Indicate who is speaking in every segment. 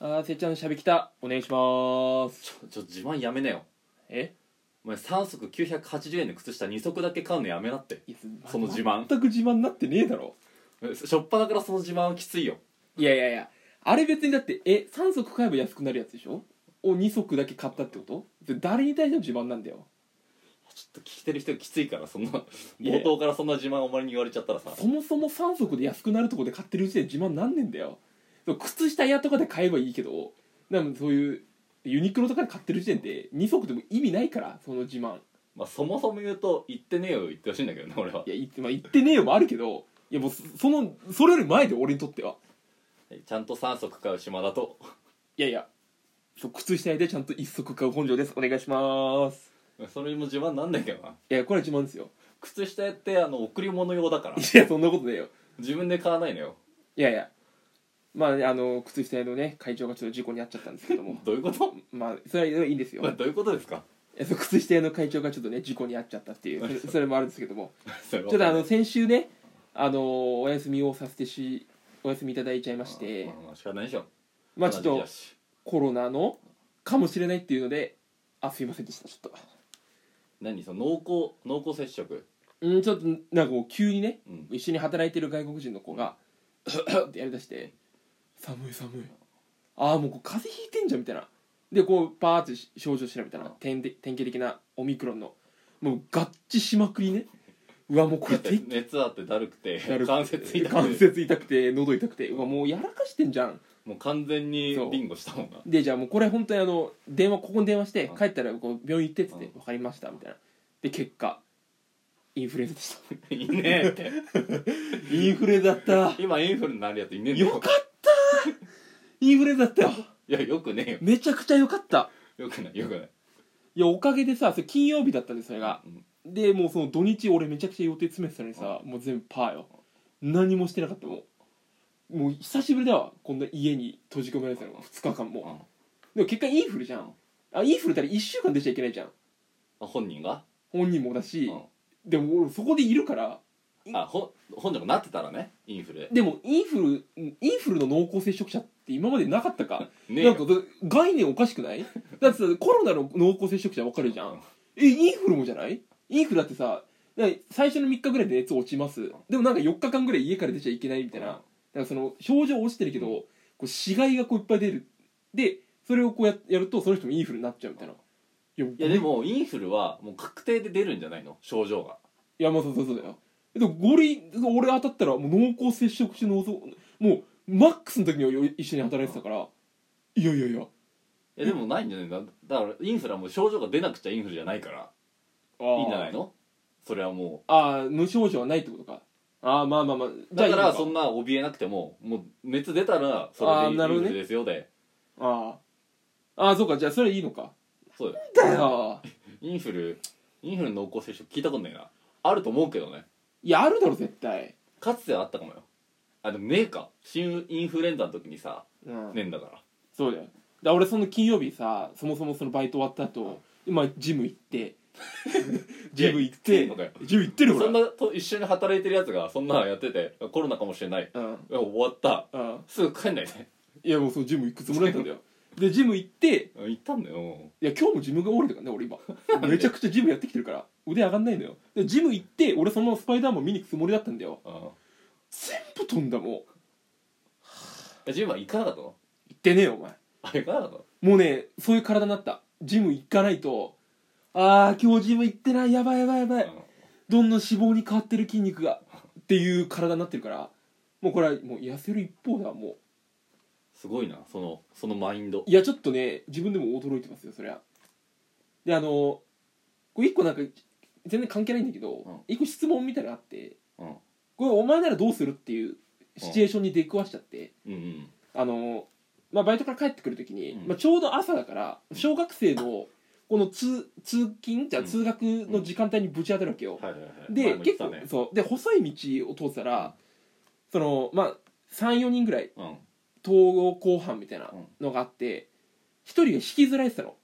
Speaker 1: あーせっちゃんのしゃべきたお願いします
Speaker 2: ちょ ちょ自慢やめなよ
Speaker 1: え
Speaker 2: お前3足980円の靴下2足だけ買うのやめなって
Speaker 1: いや
Speaker 2: その自慢
Speaker 1: 全く自慢になってねえだろ
Speaker 2: えしょっぱなからその自慢はきついよ
Speaker 1: いやいやいやあれ別にだってえ3足買えば安くなるやつでしょを2足だけ買ったってことそれ誰に対しての自慢なんだよ
Speaker 2: ちょっと聞いてる人がきついからそんない
Speaker 1: や
Speaker 2: 冒頭からそんな自慢お前に言われちゃったらさ
Speaker 1: そもそも3足で安くなるとこで買ってるうちで自慢なんねんだよそう靴下屋とかで買えばいいけどなんかそういうユニクロとかで買ってる時点で2足でも意味ないからその自慢
Speaker 2: まあそもそも言うと言ってねえよ言ってほしいんだけどね俺はい
Speaker 1: や言って,、まあ、言ってねえよもあるけどいやもうそそのそれより前で俺にとっては
Speaker 2: ちゃんと3足買う島だと
Speaker 1: いやいやそう靴下屋でちゃんと1足買う本庄ですお願いします
Speaker 2: それも自慢なんだけどない
Speaker 1: やこれは自慢ですよ
Speaker 2: 靴下やってあの贈り物用だから
Speaker 1: いやそんなことねえよ
Speaker 2: 自分で買わないのよ
Speaker 1: いやいやまああの靴下屋のね会長がちょっと事故に遭っちゃったんですけども
Speaker 2: どういうこと
Speaker 1: まあそれはいいんですよ
Speaker 2: これどういうことですか
Speaker 1: えそう靴下屋の会長がちょっとね事故に遭っちゃったっていうそれそれもあるんですけども
Speaker 2: ちょっ
Speaker 1: ちょっとあの先週ねあのお休みをさせてしお休みいただいちゃいまして
Speaker 2: まあ、仕方ないでしょ
Speaker 1: まあちょっ
Speaker 2: こんな
Speaker 1: と
Speaker 2: 時期だし
Speaker 1: コロナのかもしれないっていうのであすいませんでしたちょっと
Speaker 2: 何その濃厚濃厚接触
Speaker 1: うんちょっとなんかこう急にね
Speaker 2: うん
Speaker 1: 一緒に働いてる外国人の子が「ってやりだして「寒い寒い」ああもうこう風邪ひいてんじゃんみたいなでこうパーって症状調べたら
Speaker 2: うん
Speaker 1: 典型典型的なオミクロンのもう合致しまくりねうわもうこ
Speaker 2: だ
Speaker 1: れ
Speaker 2: って
Speaker 1: て
Speaker 2: 熱あってだるくて
Speaker 1: だる
Speaker 2: 関節痛くて
Speaker 1: 関節痛くて喉痛くてうわもうやらかしてんじゃん
Speaker 2: もう完全にビンゴしたもんな
Speaker 1: でじゃあもうこれ本当にあの電話ここに電話して
Speaker 2: うん
Speaker 1: 帰ったらこう病院行ってっつって
Speaker 2: うん
Speaker 1: 「分かりました」みたいなで結果インフルエンザでした
Speaker 2: いいねえって
Speaker 1: インフルエンザだった
Speaker 2: 今インフルになるやついねえんだ
Speaker 1: よかったインフルエンザだったよ
Speaker 2: いやよくねえよ
Speaker 1: めちゃくちゃよかった
Speaker 2: よくないよくない
Speaker 1: いやおかげでさそれ金曜日だったんですそれが
Speaker 2: うん
Speaker 1: でもうその土日俺めちゃくちゃ予定詰めてたのにさもう全部パーよ何もしてなかったもうもう久しぶりだわこんな家に閉じ込められてたの2日間も
Speaker 2: あ
Speaker 1: でも結果インフルじゃんあインフルだったら1週間出ちゃいけないじゃん
Speaker 2: 本人が
Speaker 1: 本人もだし
Speaker 2: う
Speaker 1: でも俺そこでいるから
Speaker 2: んあほ本人もなってたらねインフルで
Speaker 1: でもインフルインフルの濃厚接触者って今までなかったか
Speaker 2: ねえ
Speaker 1: なん
Speaker 2: よ
Speaker 1: かだ概念おかしく ないだってさコロナの濃厚接触者わかるじゃ
Speaker 2: うん
Speaker 1: んえインフルもじゃないインフルだってさなんか最初の3日ぐらいで熱落ちますでもなんか4日間ぐらい家から出ちゃいけないみたいなだからその症状落ちてるけど、
Speaker 2: うん
Speaker 1: こう死骸がこういっぱい出るでそれをこうややるとその人もインフルになっちゃうみたいない
Speaker 2: いやでもインフルはもう確定で出るんじゃないの症状が
Speaker 1: いやまあそうそうそうだよでもゴリ俺当たったらもう濃厚接触中の遅もうマックスの時には一緒に働いてたから、いやいやいや
Speaker 2: いやでもないんじゃないのだからインフルはもう症状が出なくちゃインフルじゃないから
Speaker 1: い
Speaker 2: いいんじゃないのそれはも
Speaker 1: ああ無症状はないってことかああまあまあまあ
Speaker 2: うだから
Speaker 1: いいの
Speaker 2: そんな怯えなくてももう熱出たらそれ
Speaker 1: あ
Speaker 2: でイ
Speaker 1: ー
Speaker 2: ン
Speaker 1: なるほ
Speaker 2: フ
Speaker 1: どね
Speaker 2: ルですよで
Speaker 1: ああああそうかじゃあそれいいのか
Speaker 2: そうだよ
Speaker 1: だよ
Speaker 2: インフルインフルの濃厚接触聞いたことないなあると思うけどね
Speaker 1: いやあるだろ絶対
Speaker 2: かつてはあったかもよあでもねえか新インフルエンザの時にさ
Speaker 1: うん、
Speaker 2: ねえんだから
Speaker 1: そうだよだから俺その金曜日さそもそもそのバイト終わった後今ジム行って ジム行って
Speaker 2: いや行ってんのかよ
Speaker 1: ジム行ってるほら
Speaker 2: そんなと一緒に働いてるやつがそんなのやっててコロナかもしれない
Speaker 1: うん
Speaker 2: いや終わった
Speaker 1: うん
Speaker 2: すぐ帰んないで
Speaker 1: いやもうそのジム行くつもりだったんだよでジム行って
Speaker 2: 行ったんだよも
Speaker 1: いや今日もジムが折れたからね俺 今
Speaker 2: で
Speaker 1: めちゃくちゃジムやってきてるから腕上がんないのよでジム行って俺そのままスパイダーマン見に行くつもりだったんだよ
Speaker 2: ううん
Speaker 1: 全部飛んだもん行
Speaker 2: えジムは行かなかったの
Speaker 1: ってねえよお前
Speaker 2: あ行かなかったの
Speaker 1: もうねそういう体になったジム行かないとああ今日ジム行ってないやばいやばいやばいどんどん脂肪に変わってる筋肉がっていう体になってるからもうこれはもう痩せる一方だも
Speaker 2: すごいなそのそのマインド
Speaker 1: ういやちょっとね自分でも驚いてますよそりゃであのこれ一個なんか全然関係ないんだけど、
Speaker 2: ん
Speaker 1: 一個質問みたいなのあって
Speaker 2: うん
Speaker 1: これお前ならどうするっていうシチュエーションに出くわしちゃって、
Speaker 2: うんうん
Speaker 1: あの、まあ、バイトから帰ってくるときに、
Speaker 2: うん
Speaker 1: まあ、ちょうど朝だから
Speaker 2: ん
Speaker 1: 小学生のこの通通勤じゃあ
Speaker 2: うん
Speaker 1: 通学の時間帯にぶち当たるわけよ、
Speaker 2: はいはいはい
Speaker 1: で、
Speaker 2: 前も言っ
Speaker 1: 結
Speaker 2: てた
Speaker 1: 構
Speaker 2: ね
Speaker 1: そうで細い道を通ってたらそのまあ34人ぐらい
Speaker 2: うん
Speaker 1: 統合後半みたいなのがあって一人が引きずられてたの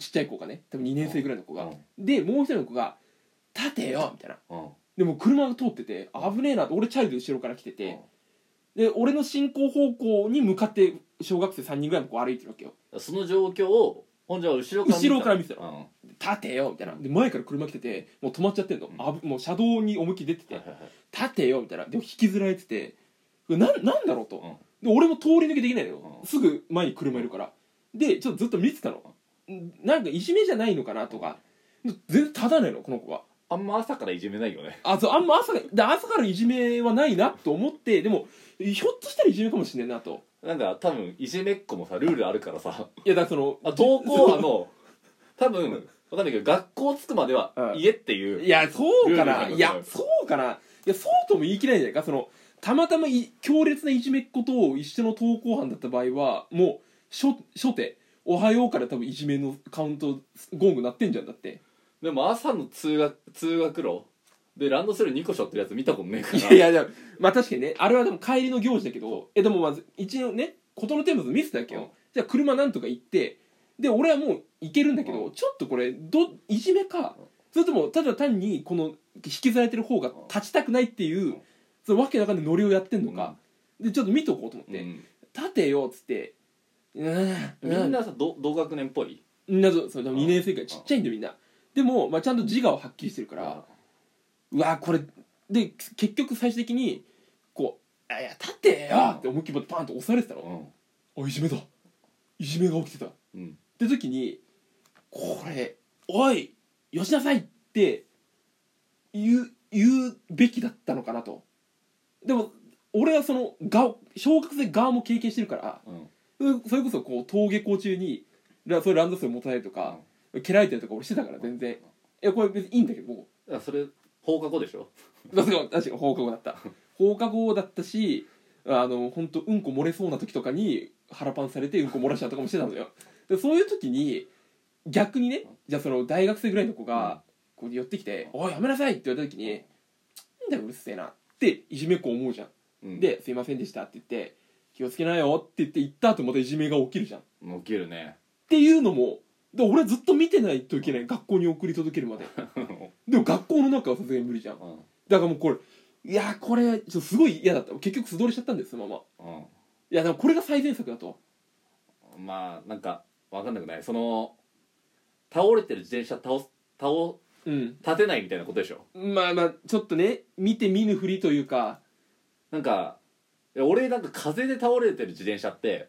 Speaker 1: ちっちゃい子がね多分2年生ぐらいの子が、でもう一人の子が「立てよ」みたいな
Speaker 2: うんうん
Speaker 1: でも車が通ってて危ねえなって俺チャイルド後ろから来てて、で俺の進行方向に向かって小学生3人ぐらいの子歩いてるわけよ
Speaker 2: その状況を本庄は後ろからた
Speaker 1: 後ろから見てた
Speaker 2: うんは
Speaker 1: 「立てよ」みたいなで前から車来ててもう止まっちゃってんの、
Speaker 2: うん
Speaker 1: あぶもう車道に思いっきり出て
Speaker 2: い
Speaker 1: て
Speaker 2: はいはい
Speaker 1: 「立てよ」みたいなでも引きずられててなんなんだろうと、
Speaker 2: うん
Speaker 1: で俺も通り抜けできないのよ、
Speaker 2: うん
Speaker 1: すぐ前に車いるからでちょっとずっと見てたのなんかいじめじゃないのかなとか全然立たないのこの子は
Speaker 2: あんま朝からいじめないよね
Speaker 1: あそうあんま朝で朝からいじめはないなと思ってでもひょっとしたらいじめかもしれないなと
Speaker 2: なんか多分いじめっ子もさルールあるか らさ
Speaker 1: いやだからその
Speaker 2: あ登校はあの多分わかんないけど学校着くまでは
Speaker 1: うん
Speaker 2: 家っていう、
Speaker 1: いやそうか
Speaker 2: ルールな
Speaker 1: なん
Speaker 2: だ
Speaker 1: いやそうかないやそうとも言い切れないじゃないかそのたまたまい強烈ないじめっ子と一緒の登校犯だった場合はもう初初手「おはよう」から多分いじめのカウントゴングなってんじゃんだって
Speaker 2: でも朝の通学通学路でランドセル2個背負ってるやつ見たことねえから
Speaker 1: いやいやいやまあ確かにねあれはでも帰りの行事だけどえでもまず一応ね事のテーマ図見せたわけよ、
Speaker 2: うん
Speaker 1: じゃあ車なんとか行ってで俺はもう行けるんだけど、
Speaker 2: う
Speaker 1: ちょっとこれどいじめか、
Speaker 2: うん
Speaker 1: それともただ単にこの引きずられてる方が立ちたくないっていう、
Speaker 2: うん
Speaker 1: そのわけわかんないノリをやってんのか、でちょっと見とこうと思っ
Speaker 2: う
Speaker 1: て「
Speaker 2: ん
Speaker 1: 立てよ」っつって「う
Speaker 2: み
Speaker 1: ん
Speaker 2: んなさど同学年っぽい
Speaker 1: みんなそうそうでも
Speaker 2: うん
Speaker 1: 2年生からちっちゃいんだよみんなでも、まあ、ちゃんと自我をはっきりしてるから、うわこれで結局最終的にこう「あいや立ってよ!」って思いっきりバンと押されてた
Speaker 2: う
Speaker 1: の
Speaker 2: ん
Speaker 1: 「あいじめだいじめが起きてた」っ
Speaker 2: うん
Speaker 1: て時に「これおいよしなさい!」って言う言うべきだったのかなとでも俺はそのが小学生側も経験してるから
Speaker 2: うん
Speaker 1: うんそれこそこう登下校中にラそういうランドセル持たないとか、蹴られたりとか俺してたから全然いやこれ別にいいんだけども
Speaker 2: だからそれ放課後でしょ
Speaker 1: だから確かに 放課後だった放課後だったしあの本当うんこ漏れそうな時とかに腹パンされてうんこ漏らしたとかもしてたのよでそういう時に逆にねじゃあその大学生ぐらいの子がこう寄ってきて「おいやめなさい!」って言われた時に「なんだようるせえな」っていじめっ子思うじゃ
Speaker 2: うん
Speaker 1: んで「すいませんでした」って言って「気をつけなよ」って言って行った後またいじめが起きるじゃん
Speaker 2: もう起きる ね
Speaker 1: っていうのもで俺ずっと見てないといけない学校に送り届けるまででも学校の中はさすがに無理じゃん
Speaker 2: うんうん
Speaker 1: だからもうこれいやーこれちょっとすごい嫌だった結局素通りしちゃったんですそのままいやでもこれが最善策だと
Speaker 2: うんまあなんかわかんなくないその倒れてる自転車倒す倒
Speaker 1: うん
Speaker 2: 立てないみたいなことでしょ
Speaker 1: まあまあちょっとね見て見ぬふりというか
Speaker 2: なんかいや俺なんか風で倒れてる自転車って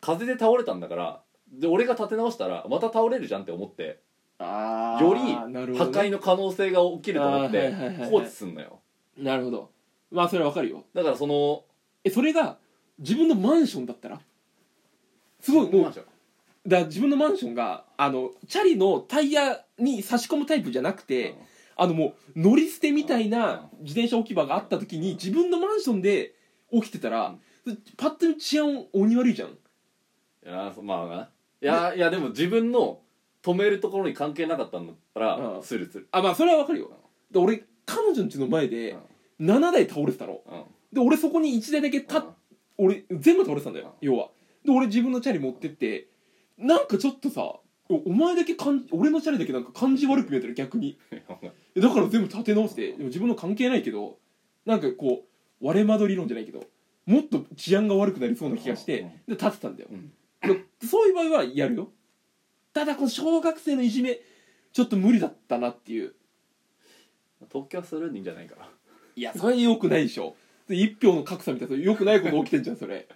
Speaker 2: 風で倒れたんだからで俺が立て直したらまた倒れるじゃんって思って
Speaker 1: あー
Speaker 2: より
Speaker 1: なるほ
Speaker 2: 破
Speaker 1: どね、
Speaker 2: 壊の可能性が起きると思
Speaker 1: あ
Speaker 2: っ
Speaker 1: ーは
Speaker 2: て
Speaker 1: いはいはいはい
Speaker 2: 放置すんのよ
Speaker 1: なるほどまあそれはわかるよ
Speaker 2: だからその
Speaker 1: えそれが自分のマンションだったらすごいも
Speaker 2: マン
Speaker 1: う
Speaker 2: ション
Speaker 1: だから自分のマンションがあのチャリのタイヤに差し込むタイプじゃなくて、あのもう乗り捨てみたいな自転車置き場があった時に自分のマンションで起きてたら、パッと見治安鬼悪いじゃん
Speaker 2: うんいやそまあないやいやでも自分の止めるところに関係なかったんだった
Speaker 1: う
Speaker 2: ら
Speaker 1: ん
Speaker 2: するする
Speaker 1: あまあそれはわかるよで俺彼女んちの前で7台倒れてたの
Speaker 2: うん
Speaker 1: で俺そこに1台だけ立っ俺全部倒れてたんだよ要はで俺自分のチャリ持ってってなんかちょっとさおお前だけ感じ俺のチャリだけなんか感じ悪く見えたら逆にえだから全部立て直してでも自分の関係ないけどなんかこう割れ窓理論じゃないけどもっと治安が悪くなりそうな気がして
Speaker 2: うん
Speaker 1: で立てたんだよ
Speaker 2: うん
Speaker 1: でそういう場合はやるよただこの小学生のいじめちょっと無理だったなっていう
Speaker 2: 特許はするんじゃないかない
Speaker 1: やそれよくないでしょで一票の格差みたいなよくないこと起きてんじゃんそれ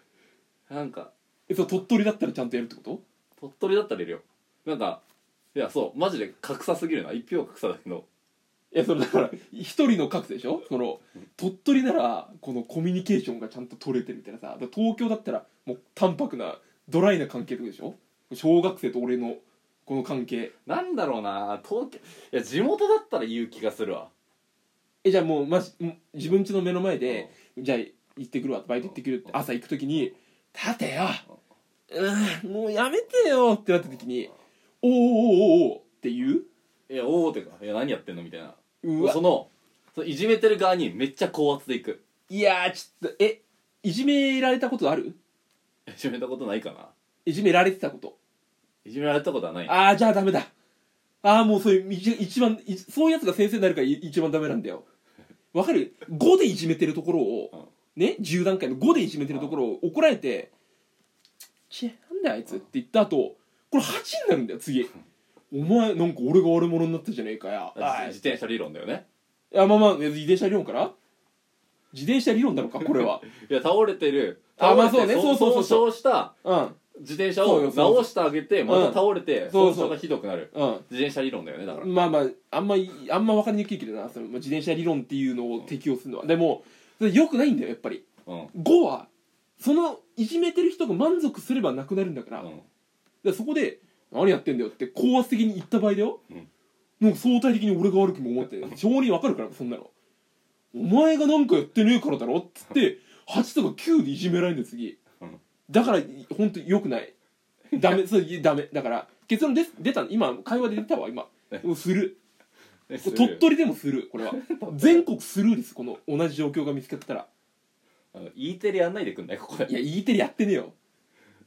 Speaker 2: なんか
Speaker 1: えそう鳥取だったらちゃんとやるってこと
Speaker 2: 鳥取だったらいるよなんかいやそうマジで格差すぎるな一票格差だけど
Speaker 1: いやそれだから一人の格差でしょその鳥取ならこのコミュニケーションがちゃんと取れてるみたいなさだから東京だったらもう淡白なドライな関係ってことでしょ小学生と俺のこの関係
Speaker 2: なんだろうな東京いや地元だったら言う気がするわ
Speaker 1: えじゃあもう、まじ、もう自分家の目の前で、じゃあ行ってくるわバイト行ってくるって朝行く時に「立てようんもうやめてよ」ってなった時に「おーおーおーおーって言う
Speaker 2: いやおおってかいや何やってんのみたいな
Speaker 1: うわ
Speaker 2: そのそのいじめてる側にめっちゃ高圧でいく
Speaker 1: いやーちょっとえいじめられたことある
Speaker 2: いじめたことないかない
Speaker 1: じめられてたこと
Speaker 2: いじめられたことはない
Speaker 1: ああじゃあダメだああもうそういういじ一番いそういうやつが先生になるからい一番ダメなんだよわかる5でいじめてるところ
Speaker 2: うん
Speaker 1: をね10段階の5でいじめてるところを怒られて「ちぇなんだよあいつ」って言った後これ8になるんだよ次「お前なんか俺が悪者になったじゃねえかや」あい
Speaker 2: 自転車理論だよね
Speaker 1: いやまあまあ自転車理論から自転車理論なのかこれは
Speaker 2: いや倒れてる
Speaker 1: あ
Speaker 2: 倒
Speaker 1: まあ
Speaker 2: れて
Speaker 1: そうねそうそうそう
Speaker 2: 損傷した
Speaker 1: うん
Speaker 2: 自転車
Speaker 1: そう
Speaker 2: を
Speaker 1: よそうよ
Speaker 2: 直してあげてまた倒れて
Speaker 1: そ
Speaker 2: 損
Speaker 1: うそう
Speaker 2: 傷がひどくなる
Speaker 1: うん
Speaker 2: 自転車理論だよねだから
Speaker 1: まあまああんまいあんま分かりにくいけどなそのまあ自転車理論っていうのを適用するのはでもそれ良くないんだよやっぱり
Speaker 2: うん
Speaker 1: 5はそのいじめてる人が満足すればなくなるんだから,、
Speaker 2: うん
Speaker 1: そこで「何やってんだよ」って高圧的に言った場合だよ、
Speaker 2: うん
Speaker 1: なんか相対的に俺が悪くも思 って性に分かるからそんなのお前がなんかやってねえからだろっつって8とか9でいじめられるんだよ次、
Speaker 2: うん
Speaker 1: だから本当よくないダ メそうダメだから結論です出た今会話で出たわ今
Speaker 2: ね
Speaker 1: もうする
Speaker 2: えする
Speaker 1: 鳥取でもするこ れは全国スルーですこの同じ状況が見つかったら
Speaker 2: あの E テレやんないでくんないここで
Speaker 1: いや E テレやってねえよ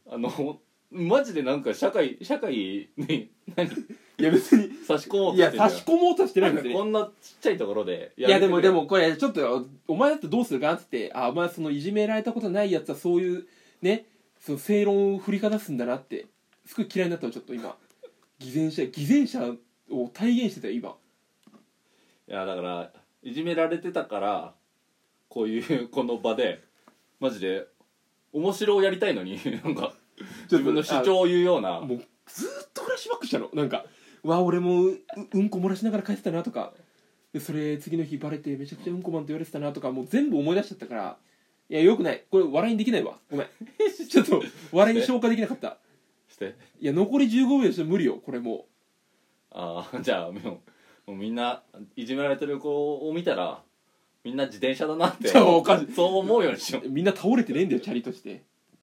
Speaker 2: あのマジでなんか社会社会に何
Speaker 1: いや別に
Speaker 2: 差し込もう
Speaker 1: い
Speaker 2: とし
Speaker 1: や
Speaker 2: てんだよ
Speaker 1: 差し込もうとしてない
Speaker 2: な
Speaker 1: で
Speaker 2: ん
Speaker 1: す
Speaker 2: かこ
Speaker 1: ね
Speaker 2: んなちっちゃいところで
Speaker 1: いやで
Speaker 2: れ
Speaker 1: も
Speaker 2: て
Speaker 1: で
Speaker 2: る
Speaker 1: もこれちょっとお前だってどうするかなって言ってあお前そのいじめられたことないやつはそういうねその正論を振りかざすんだなってすごい嫌いになったのちょっと今偽善者偽善者を体現してたよ今
Speaker 2: いやだからいじめられてたからこういうこの場でマジで面白をやりたいのになんか自分の主張を言うような
Speaker 1: もうずーっとフラッシュバックしたのなんか「わあ俺もううんこ漏らしながら帰ってたな」とかでそれ次の日バレてめちゃくちゃうんこマンと言われてたなとかもう全部思い出しちゃったからいやよくないこれ笑いにできないわごめんちょっと笑いに消化できなかった
Speaker 2: して
Speaker 1: いや残り15秒じゃ無理よこれも
Speaker 2: ああじゃあもうもうみんないじめられてる子を見たらみんな自転転車だなって
Speaker 1: じゃあおかしい
Speaker 2: そう思うようにしよう
Speaker 1: うみんな倒れてねえんだよチャリとして